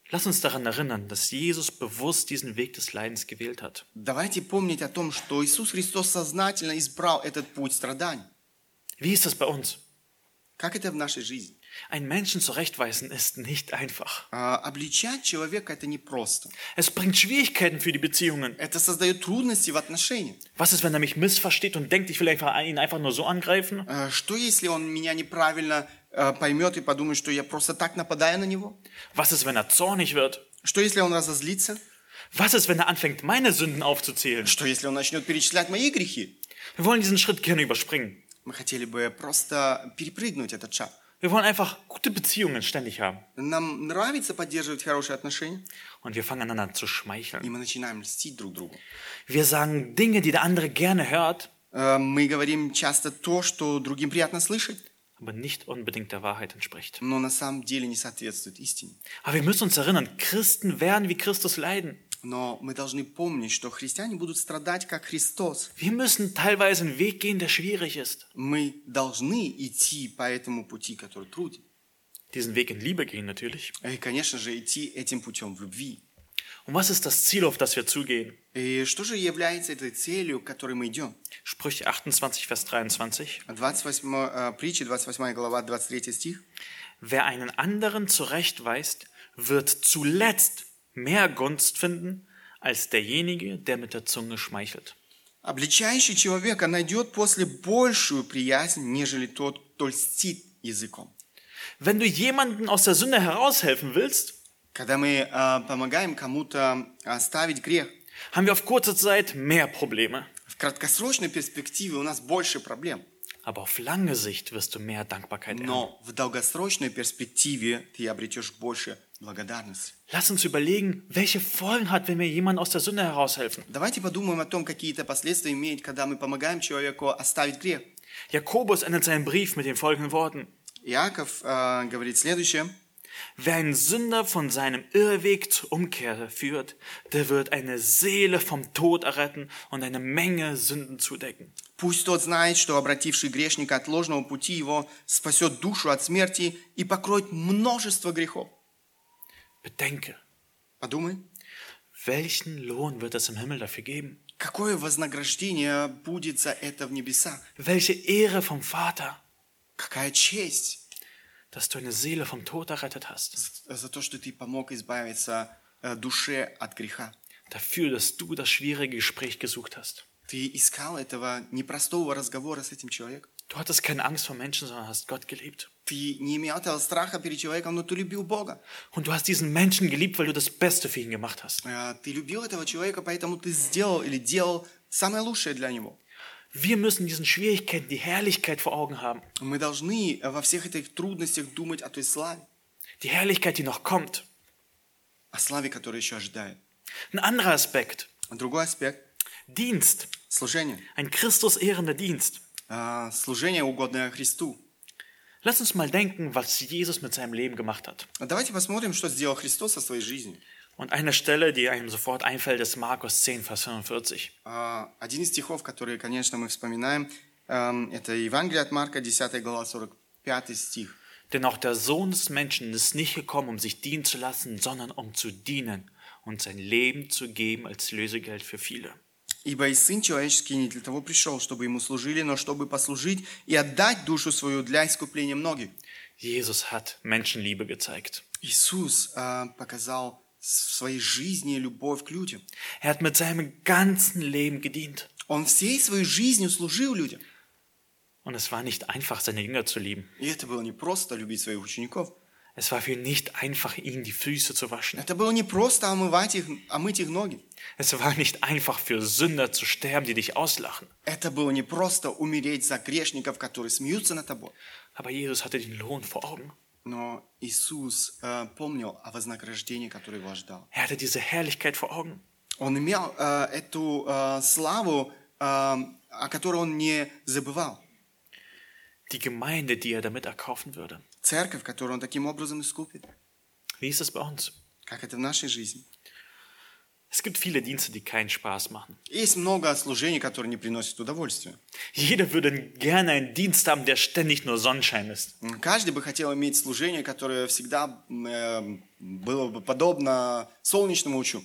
Lass uns daran erinnern, dass Jesus bewusst diesen Weg des Leidens gewählt hat.
Давайте помнить о том, что Иисус Христос сознательно избрал этот путь страданий.
Wie ist das bei uns?
Как это в нашей жизни?
Einen Menschen zurechtweisen ist nicht einfach.
А, Обличать человека это непросто.
Es bringt Schwierigkeiten für die Beziehungen.
Это создает трудности в отношениях.
Was ist, wenn er mich missversteht und denkt, ich will einfach ihn einfach nur so angreifen?
А, Что если он меня неправильно а, поймет и подумает, что я просто так нападаю на него?
Was ist, wenn er zornig wird?
Что если он разозлится?
Was ist, wenn er anfängt, meine Sünden aufzuzählen?
Что если он начнет перечислять мои грехи?
Wir wollen diesen Schritt gerne überspringen.
Мы хотели бы просто перепрыгнуть этот шаг.
Wir wollen einfach gute Beziehungen ständig haben.
Нам нравится поддерживать хорошие отношения,
Und wir fangen aneinander zu schmeicheln.
и мы начинаем льстить друг другу.
Wir sagen Dinge, die der andere gerne hört,
Э, Мы говорим часто то, что другим приятно слышать,
aber nicht unbedingt der Wahrheit entspricht.
но на самом деле не соответствует истине.
Aber wir müssen uns erinnern, Christen werden wie Christus leiden.
Но мы должны помнить, что христиане будут страдать, как Христос.
Wir müssen teilweise einen Weg gehen, der schwierig ist.
Мы должны идти по этому пути, который труден.
Diesen Weg in Liebe gehen natürlich.
И, конечно же, идти этим путем в любви.
Und was ist das Ziel, auf das wir zugehen?
И что же является этой целью, к которой мы идем?
Sprüche 28, Vers 23.
28, э, притча, 28 глава, 23 стих.
Wer einen anderen zurechtweist, wird zuletzt mehr Gunst finden als derjenige, der mit der Zunge schmeichelt.
Обличающий человека найдет после большую приязнь, нежели тот, кто льстит языком.
Wenn du jemanden aus der Sünde heraushelfen willst,
Когда мы э, помогаем кому-то оставить грех,
haben wir auf kurze Zeit mehr Probleme.
в краткосрочной перспективе у нас больше проблем.
Aber auf lange Sicht wirst du mehr Dankbarkeit ernten.
Но в долгосрочной перспективе ты обретешь больше благодарности.
Lass uns überlegen, welche Folgen hat, wenn wir jemand aus der Sünde heraushelfen.
Давайте подумаем о том, какие это последствия имеет, когда мы помогаем человеку оставить грех.
Jakobus endet seinen Brief mit den folgenden Worten.
Иаков э, говорит следующее.
Wer einen Sünder von seinem Irrweg zur Umkehr führt, der wird eine Seele vom Tod erretten und eine Menge Sünden zudecken.
«Пусть тот знает, что обративший грешника от ложного пути его спасет душу от смерти и покроет множество грехов».
Bedenke,
Подумай,
welchen Lohn wird es im Himmel dafür geben?
какое вознаграждение будет за это в небесах?
Welche Ehre vom Vater,
Какая честь
dass du eine Seele vom Tod errettet hast.
за то, что ты помог избавиться э, душе от греха.
Dafür, dass du das schwierige Gespräch gesucht hast.
Ты искал этого непростого разговора с этим человеком.
Du hattest keine Angst vor Menschen, sondern hast Gott geliebt.
Ты не имел этого страха перед человеком, но ты любил Бога.
Und du hast diesen Menschen geliebt, weil du das Beste für ihn gemacht hast.
Э, Ты любил этого человека, поэтому ты сделал или делал самое лучшее для него.
Wir müssen diesen Schwierigkeiten die Herrlichkeit vor Augen haben.
Мы должны э, во всех этих трудностях думать о той славе,
Die Herrlichkeit, die noch kommt.
о славе, которая еще ожидает.
Ein anderer Aspekt.
Другой аспект
Dienst.
– служение.
Ein Christus ehrender Dienst.
А, Служение, угодное Христу.
Lass uns mal denken, was Jesus mit seinem Leben gemacht hat.
А Давайте посмотрим, что сделал Христос со своей жизнью.
Und eine Stelle, die einem sofort einfällt, ist Markus 10, Vers 45.
А, Один из стихов, которые, конечно, мы вспоминаем, эм, это Евангелие от Марка, 10 глава, 45 стих.
Denn auch der Sohn des Menschen ist nicht gekommen, um sich dienen zu lassen, sondern um zu dienen und sein Leben zu geben als Lösegeld für viele.
«Ибо и Сын Человеческий не для того пришел, чтобы Ему служили, но чтобы послужить и отдать душу свою для искупления многих».
Jesus hat Menschenliebe gezeigt.
Иисус а, показал с- в своей жизни любовь к людям.
Er hat mit seinem ganzen Leben gedient.
Он всей своей жизнью служил людям.
Und es war nicht einfach, seine Jünger zu lieben.
И это было не просто любить своих учеников.
Es war für ihn nicht einfach, ihnen die Füße zu waschen.
Это было не просто омывать их, омыть их ноги.
Es war nicht einfach, für Sünder zu sterben, die dich auslachen.
Это было не просто умереть за грешников, которые смеются над тобой.
Aber Jesus hatte den Lohn vor Augen.
Но Иисус э, помнил о вознаграждении, которое его ждало.
Er hatte diese Herrlichkeit vor Augen.
Он имел э, эту э, славу, э, о которой он не забывал.
Die Gemeinde, die er damit erkaufen würde.
Церковь, которую он таким образом искупит.
Wie ist es bei uns?
Как это в нашей жизни.
Es gibt viele Dienste, die keinen Spaß machen.
Есть много служений, которые не приносят удовольствия.
Jeder würde gerne einen Dienst haben, der ständig nur Sonnenschein ist.
М, Каждый бы хотел иметь служение, которое всегда м, э, было бы подобно солнечному лучу.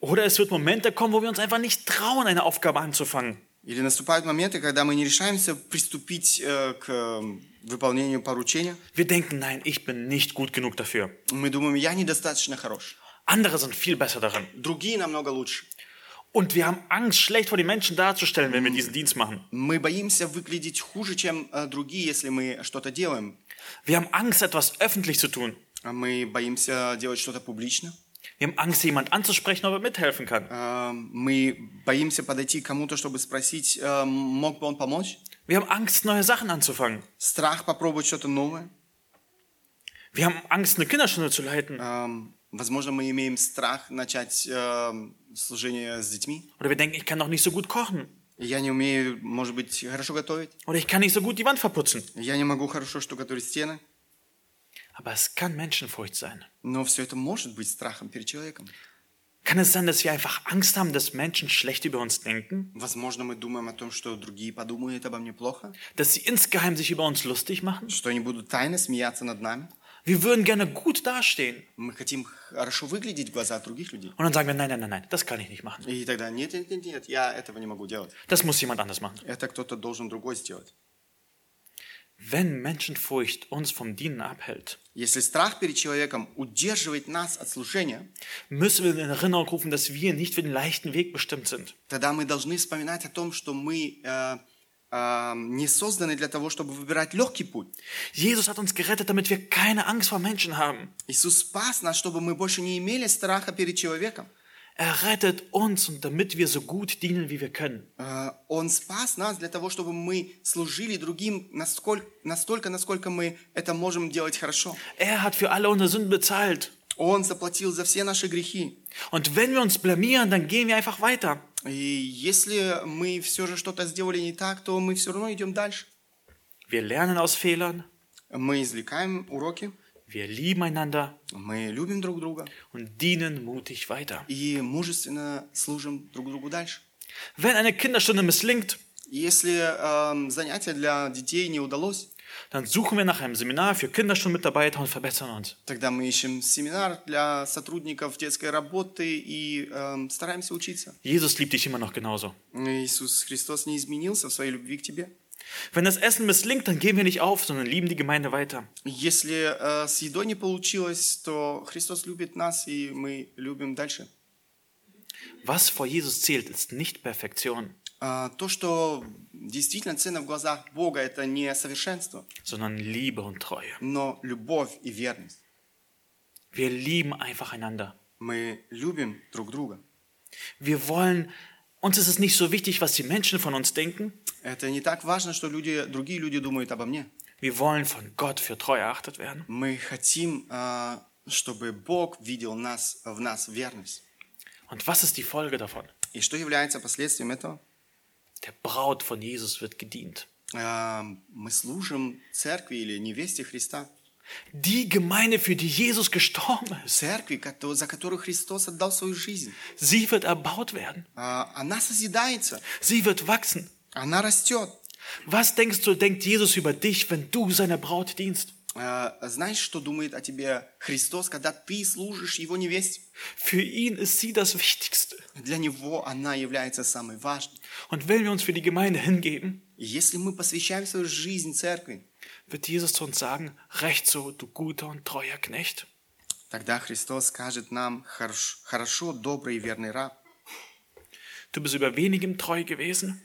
Oder es wird Momente kommen, wo wir uns einfach nicht trauen, eine Aufgabe anzufangen.
Или наступают моменты, когда мы не решаемся приступить э, к э, выполнению поручения.
Wir denken, nein, ich bin nicht gut genug dafür.
Мы думаем, я недостаточно хорош.
Andere sind viel besser darin.
Другие намного лучше.
Und wir haben Angst, schlecht vor den Menschen darzustellen, wenn wir diesen Dienst machen.
Мы боимся выглядеть хуже, чем э, другие, если мы что-то делаем.
Wir haben Angst, etwas öffentlich zu tun.
А Мы боимся делать что-то публично.
Wir haben Angst, jemand anzusprechen, ob er mithelfen kann.
Э, Мы боимся подойти к кому-то, чтобы спросить, э, мог бы он помочь.
Wir haben Angst, neue Sachen anzufangen.
Страх попробовать что-то новое.
Wir haben Angst, eine Kinderstunde zu leiten.
Эм, Возможно, мы имеем страх начать эм, служение с детьми.
Oder wir denken, ich kann doch nicht so gut kochen.
Я не умею, может быть, хорошо готовить.
Oder ich kann nicht so gut die Wand verputzen.
Я не могу хорошо штукатурить стены.
Aber es kann Menschenfurcht sein.
Но все это может быть страхом перед человеком.
Kann es sein, dass wir einfach Angst haben, dass Menschen schlecht über uns denken?
Возможно, мы думаем о том, что другие подумают обо мне плохо,
Dass sie insgeheim sich über uns lustig machen?
что они будут тайно смеяться над нами.
Wir würden gerne gut dastehen.
Мы хотим хорошо выглядеть в глазах других людей.
Und dann sagen wir, nein, nein, nein, nein, das kann ich nicht machen.
И тогда нет, нет, нет, нет, я этого не могу делать.
Das muss jemand anders machen.
Это кто-то должен другой сделать.
Wenn Menschenfurcht uns vom Dienen abhält,
Если страх перед человеком удерживает нас от служения,
müssen wir in Erinnerung rufen, dass wir nicht für den leichten Weg bestimmt sind.
тогда мы должны вспоминать о том, что мы э, э, не созданы для того, чтобы выбирать легкий путь.
Jesus hat uns gerettet, damit wir keine Angst vor Menschen haben.
Иисус спас нас, чтобы мы больше не имели страха перед человеком.
Er rettet uns und damit wir so gut dienen, wie wir können.
Э, Он спас нас для того, чтобы мы служили другим насколь- настолько, насколько мы это можем делать хорошо.
Er hat für alle unsere Sünden bezahlt.
Он заплатил за все наши грехи.
Und wenn wir uns blamieren, dann gehen wir einfach weiter.
И если мы все же что-то сделали не так, то мы все равно идем дальше.
Wir lernen aus Fehlern,
Мы извлекаем уроки,
wir lieben einander
мы любим друг друга
und dienen mutig weiter.
и мужественно служим друг другу дальше.
Wenn eine Kinderstunde misslingt,
Если эм, занятие для детей не удалось,
dann suchen wir nach einem Seminar für Kinderstundenmitarbeiter und verbessern uns.
тогда мы ищем семинар для сотрудников детской работы и эм, стараемся учиться.
Jesus liebt dich immer noch genauso.
Иисус Христос не изменился в своей любви к тебе.
Wenn das Essen misslingt, dann geben wir nicht auf, sondern lieben die Gemeinde weiter.
Если э, с едой не получилось, то Христос любит нас, и мы любим дальше.
Was vor Jesus zählt, ist nicht Perfektion,
А, то, что действительно ценно в глазах Бога, это не совершенство,
sondern Liebe und Treue.
но любовь и верность.
Wir lieben einfach einander.
Мы любим друг друга.
Wir wollen, uns ist es nicht so wichtig, was die Menschen von uns denken.
Это не так важно, что люди, другие люди думают обо мне.
Wir wollen von Gott für treu erachtet werden.
Мы хотим, а, чтобы Бог видел нас, в нас верность.
Und was ist die Folge davon?
И что является последствием этого?
Der Braut von Jesus wird gedient.
А, мы служим церкви или невесте Христа.
Die Gemeinde, für die Jesus gestorben ist,
Церкви, кото- за которую Христос отдал свою жизнь.
sie wird erbaut werden.
А, Она созидается,
Sie wird wachsen.
она растет.
Was denkst du, denkt Jesus über dich, wenn du seiner Braut dienst?
А, Знаешь, что думает о тебе Христос, когда ты служишь Его невесте?
Für ihn ist sie das Wichtigste.
Для Него она является самой важной.
Und wenn wir uns für die Gemeinde hingeben,
И если мы посвящаем свою жизнь церкви,
wird Jesus zu uns sagen, recht so, du guter und treuer Knecht.
тогда Христос скажет нам «Хорош- «Хорошо, добрый и верный раб,
Du bist über wenigem treu gewesen.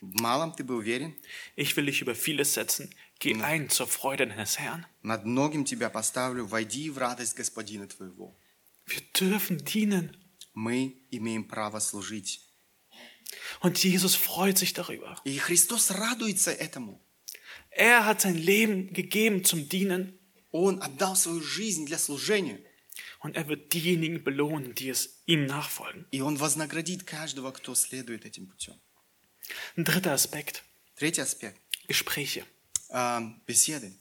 в малом ты был верен,
Ich will dich über vieles setzen. Geh ein zur Freude deines Herrn.
над многим тебя поставлю, войди в радость Господина твоего».
Wir dürfen dienen.
Мы имеем право служить.
Und Jesus freut sich darüber.
И Христос радуется этому.
Er hat sein Leben gegeben zum Dienen
Он отдал свою жизнь для служения.
und er wird diejenigen belohnen, die es ihm nachfolgen.
И Он вознаградит каждого, кто следует этим путем.
Ein dritter Aspekt,
Третий аспект.
Gespräche.
А, беседы.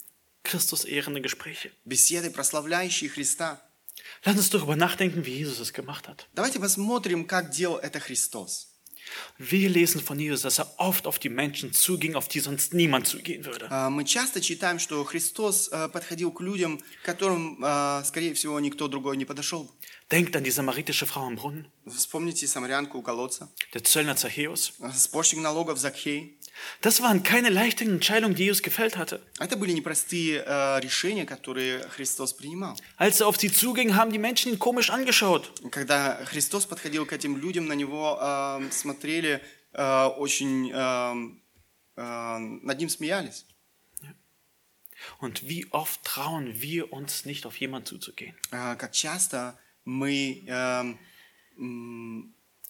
Christus ehrende Gespräche.
Беседы, прославляющие Христа.
Lass uns darüber nachdenken, wie Jesus es gemacht hat.
Давайте посмотрим, как делал это Христос.
Wir lesen von Jesus, dass er oft auf die Menschen zuging, auf die sonst niemand zugehen würde.
А, Мы часто читаем, что Христос э, подходил к людям, к которым, э, скорее всего, никто другой не подошел.
Denkt an die samaritische Frau am Brunnen,
Вспомните самарянку у колодца,
der Zöllner Zachäus.
э, спорщик налогов Закхей.
Das waren keine leichten Entscheidungen, die Jesus gefällt hatte.
Это были непростые э, решения, которые Христос принимал.
Als er auf sie zuging, haben die Menschen ihn komisch angeschaut.
Когда Христос подходил к этим людям, на него э, смотрели э, очень... э, э, над ним смеялись.
Und wie oft trauen wir uns nicht, auf jemanden zuzugehen?
А, как часто мы, эм,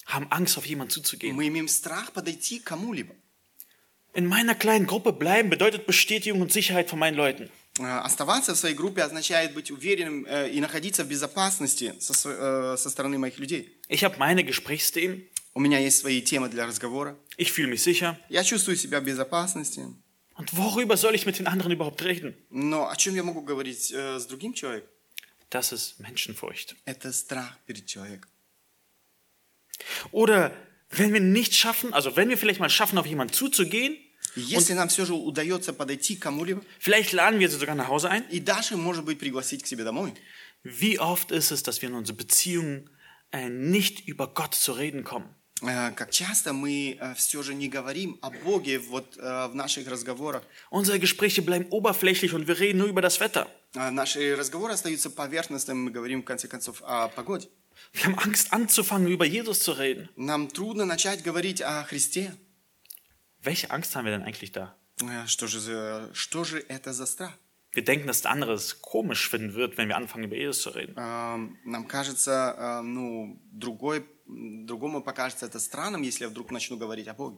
Haben Angst, auf jemanden zuzugehen.
мы имеем страх подойти к кому-либо.
In meiner kleinen Gruppe bleiben bedeutet Bestätigung und Sicherheit von meinen Leuten.
А, Оставаться в своей группе означает быть уверенным э, и находиться в безопасности со, св- э, со стороны моих людей.
Ich habe meine Gesprächsthemen,
У меня есть свои темы для разговора.
ich fühle mich sicher.
Я чувствую себя в безопасности.
Und worüber soll ich mit den anderen überhaupt reden?
Но о чем я могу говорить э, с другим человеком?
Das ist Menschenfurcht.
Это страх перед человеком.
Oder wenn wir nicht schaffen, also wenn wir vielleicht mal schaffen, auf jemanden zuzugehen,
И Если нам все же удается подойти к кому-либо
vielleicht laden wir sie sogar nach Hause ein.
и даже, может быть, пригласить к себе домой,
Wie oft ist es, dass wir in unseren Beziehungen äh, nicht über Gott zu reden kommen?
э, как часто мы все же не говорим о Боге вот э, в наших разговорах.
Unsere Gespräche bleiben oberflächlich und wir reden nur über das Wetter.
А, Наши разговоры остаются поверхностными, мы говорим в конце концов о погоде.
Wir haben Angst anzufangen, über Jesus zu reden.
Нам трудно начать говорить о Христе.
Welche Angst haben wir denn eigentlich da?
Э, Что же, за- что же это за страх?
Wir denken, dass der andere es
Э,
komisch finden wird, wenn wir anfangen, über Jesus zu reden.
Эм, Нам кажется, э, ну, другой, м, другому покажется это странным, если я вдруг начну говорить о Боге.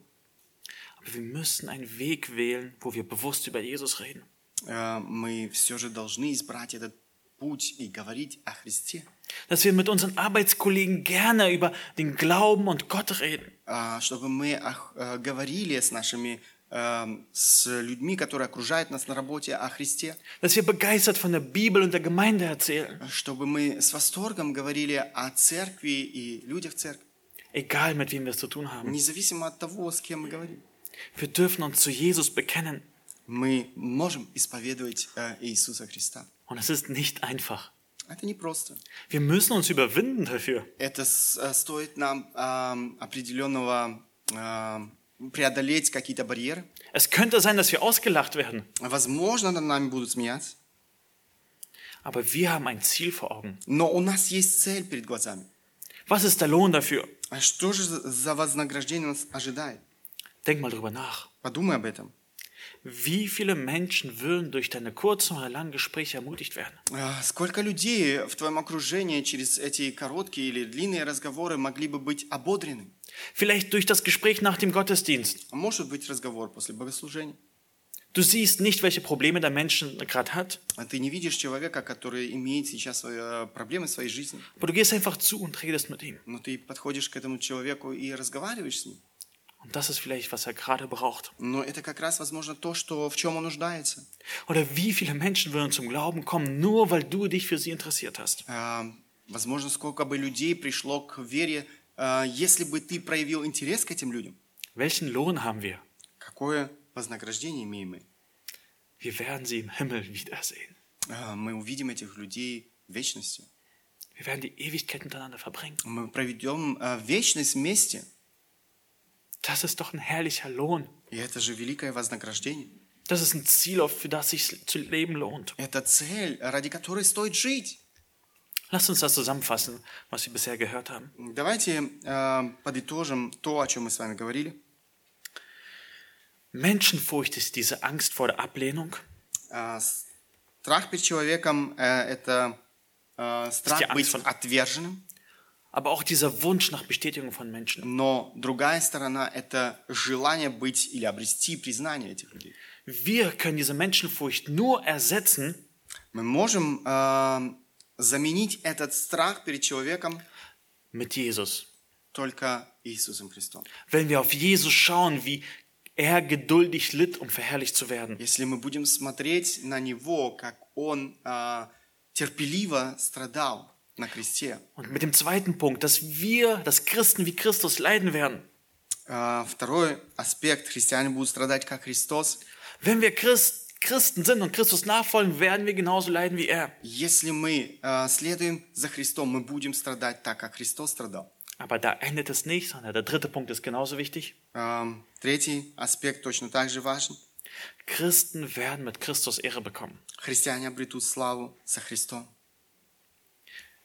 Aber wir müssen einen Weg wählen, wo wir bewusst über Jesus reden.
Э, Мы все же должны избрать этот путь и говорить о Христе,
Dass wir mit unseren Arbeitskollegen gerne über den Glauben und Gott reden.
А, чтобы мы ох- э, говорили с нашими эм, с людьми, которые окружают нас на работе о Христе,
Dass wir begeistert von der Bibel und der Gemeinde erzählen.
чтобы мы с восторгом говорили о церкви и людях церкви,
Egal, mit wem wir es zu tun haben.
независимо от того, с кем мы говорим.
Wir dürfen uns zu Jesus bekennen.
Мы можем исповедовать э, Иисуса Христа.
Und es ist nicht einfach.
Это непросто.
Wir müssen uns überwinden dafür.
Это с- э, стоит нам эм, определенного эм, преодолеть какие-то барьеры.
Es könnte sein, dass wir ausgelacht werden.
Возможно, над нами будут смеяться,
Aber wir haben ein Ziel vor Augen.
но у нас есть цель перед глазами.
Was ist der Lohn dafür?
А что же за за вознаграждение нас ожидает?
Denk mal drüber nach.
Подумай об этом.
Wie viele Menschen würden durch deine kurzen oder langen Gespräche ermutigt werden?
А, Сколько людей в твоем окружении через эти короткие или длинные разговоры могли бы быть ободрены?
Vielleicht durch das Gespräch nach dem Gottesdienst.
А Может быть, разговор после богослужения?
Du siehst nicht, welche Probleme der Menschen gerade hat,
А Ты не видишь человека, который имеет сейчас свои э, проблемы в своей жизни,
aber du gehst einfach zu und redest mit ihm.
но ты подходишь к этому человеку и разговариваешь с ним.
Und das ist vielleicht, was er gerade braucht.
Но это как раз, возможно, то, что, в чем он нуждается.
Oder wie viele Menschen würden zum Glauben kommen, nur weil du dich für sie interessiert hast?
А, Возможно, сколько бы людей пришло к вере, а, если бы ты проявил интерес к этим людям.
Welchen Lohn haben wir?
Какое вознаграждение имеем мы?
Wir werden sie im Himmel wiedersehen.
А, Мы увидим этих людей в вечности.
Wir werden die Ewigkeit miteinander verbringen.
Мы проведем а, вечность вместе.
Das ist doch ein herrlicher Lohn.
И это же великое вознаграждение.
Das ist ein Ziel, auf- für das sich zu leben lohnt.
Это цель, ради которой стоит жить.
Lasst uns das zusammenfassen, was wir bisher gehört haben.
Давайте а, подытожим то, о чем мы с вами говорили.
Menschenfurcht ist diese Angst vor der Ablehnung,
А, страх перед человеком э, это а,
Есть
страх
и
быть
ангст.
отверженным.
aber auch dieser Wunsch nach Bestätigung von Menschen.
Но другая сторона это желание быть или обрести признание этих людей.
Wir können diese Menschenfurcht nur ersetzen,
Мы можем а, заменить этот страх перед человеком
mit Jesus.
только Иисусом Христом.
Wenn wir auf Jesus schauen, wie er geduldig litt, um verherrlicht zu werden.
Если мы будем смотреть на Него, как Он а, терпеливо страдал на кресте.
Und mit dem zweiten Punkt, dass wir, dass Christen wie Christus leiden werden.
А, второй аспект. Христиане будут страдать, как Христос.
Wenn wir Christ, Christen sind und Christus nachfolgen, werden wir genauso leiden wie er.
Если мы а, следуем за Христом, мы будем страдать так, как Христос страдал.
Aber da endet es nicht, sondern der dritte Punkt ist genauso wichtig.
Ам, Э, третий аспект точно так же важен.
Christen werden mit Christus Ehre bekommen.
Христиане обретут славу со Христом.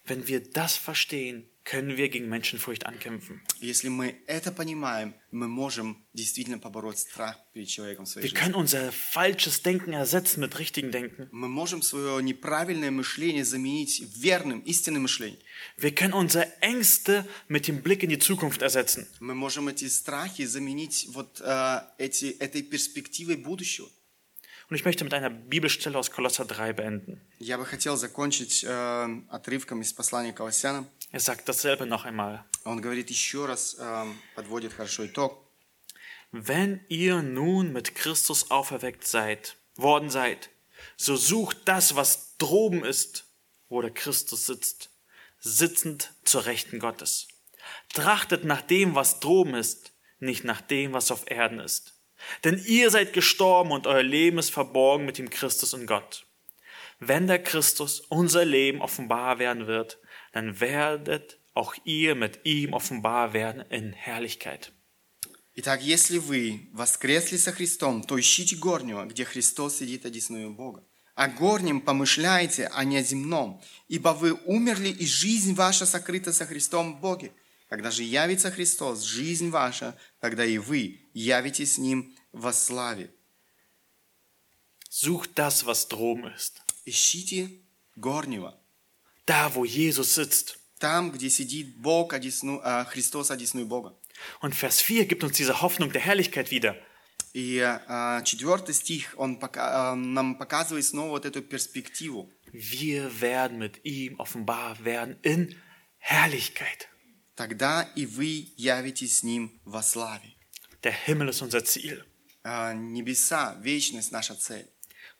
Wenn wir das verstehen, können wir gegen Menschenfurcht ankämpfen.
Если мы это понимаем, мы можем действительно побороть страх перед человеком в своей
Wir
жизни.
können unser falsches Denken ersetzen mit richtigem Denken.
Мы можем свое неправильное мышление заменить верным, истинным мышлением.
Wir können unsere Ängste mit dem Blick in die Zukunft ersetzen.
Мы можем эти страхи заменить вот э, эти, этой перспективой будущего.
Und ich möchte mit einer Bibelstelle aus Kolosser 3 beenden.
Я бы хотел закончить э, отрывком из послания к Колоссянам.
Er sagt dasselbe noch einmal.
Он говорит еще раз, э, подводит хорошо итог.
Wenn ihr nun mit Christus auferweckt seid, worden seid, so sucht das, was droben ist, wo der Christus sitzt, sitzend zur Rechten Gottes. Trachtet nach dem, was droben ist, nicht nach dem, was auf Erden ist. Denn ihr seid gestorben und euer Leben ist verborgen mit dem Christus in Gott. Wenn der Christus unser Leben offenbar werden wird, dann werdet auch ihr mit ihm offenbar werden in Herrlichkeit.
Итак, если вы воскресли со Христом, то ищите горнего, где Христос сидит одесную Бога. О горнем помышляйте, а не о земном, ибо вы умерли, и жизнь ваша сокрыта со Христом в Боге. Когда же явится Христос, жизнь ваша, тогда и вы явитесь с Ним во славе.
Sucht das, was droben ist.
Ищите горнего,
Da, wo Jesus sitzt.
там, где сидит Бог, одесну, а, Христос одесную Бога.
Und Vers 4 gibt uns diese Hoffnung der Herrlichkeit wieder.
И а, четвертый стих, он пока- а, нам показывает снова вот эту перспективу.
Wir werden mit ihm offenbar werden in Herrlichkeit.
Тогда и вы явитесь с Ним во славе.
Der Himmel ist unser Ziel.
А, Небеса, вечность наша цель.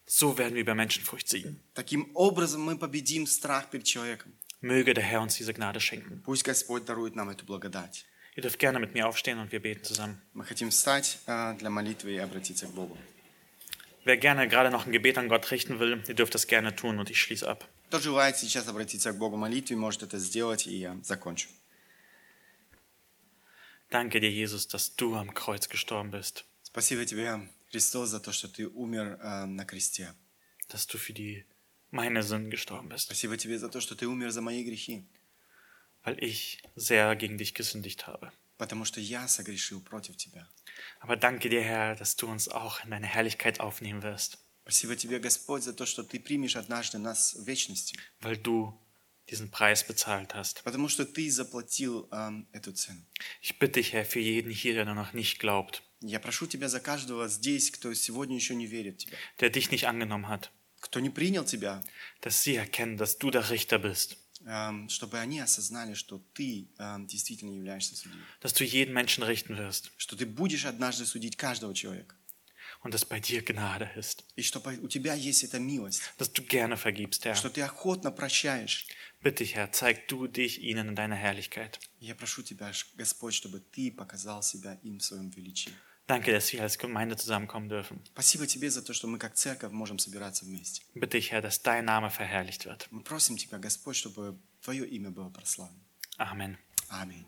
So werden wir über Menschenfurcht siegen.
Таким образом мы победим страх перед человеком.
Möge der Herr uns diese Gnade schenken.
Пусть Господь дарует нам эту благодать.
Ihr dürft gerne mit mir aufstehen und wir beten zusammen.
Мы хотим встать а, для молитвы и обратиться к Богу.
Wer gerne gerade noch ein Gebet an Gott richten will, ihr dürft das gerne tun und ich schließe ab.
Кто желает сейчас обратиться к Богу в молитве, может это сделать, и я закончу.
Danke dir, Jesus, dass du am Kreuz gestorben bist,
Спасибо тебе, Христос, за то, что ты умер а, на кресте.
dass du für die meine Sünden gestorben bist,
Спасибо тебе за то, что ты умер за мои грехи,
weil ich sehr gegen dich gesündigt habe.
потому что я согрешил против тебя.
Aber danke dir, Herr, dass du uns auch in deine Herrlichkeit aufnehmen wirst,
Спасибо тебе, Господь, за то, что ты примешь однажды нас в вечности,
weil du diesen Preis bezahlt hast.
потому что ты заплатил а, эту цену.
Ich bitte dich, Herr, für jeden hier, der noch nicht glaubt,
Я прошу тебя за каждого здесь, кто сегодня еще не верит в тебя,
der dich nicht angenommen hat,
кто не принял тебя,
dass sie erkennen, dass du der Richter bist,
а, чтобы они осознали, что ты а, действительно являешься судьей,
dass du jeden Menschen richten wirst
что ты будешь однажды судить каждого человека,
und dass bei dir Gnade ist,
и что по- у тебя есть эта милость,
dass du gerne vergibst, Herr.
что ты охотно прощаешь.
Bitte dich, Herr, zeig du dich ihnen in deiner Herrlichkeit.
Я прошу тебя, Ш- Господь, чтобы ты показал себя им в своем величии.
Danke, dass wir als Gemeinde zusammenkommen dürfen.
Спасибо тебе за то, что мы как церковь можем собираться вместе.
Bitte dich, Herr, dass dein Name verherrlicht wird.
Мы просим тебя, Господь, чтобы твое имя было прославлено.
Amen.
Аминь.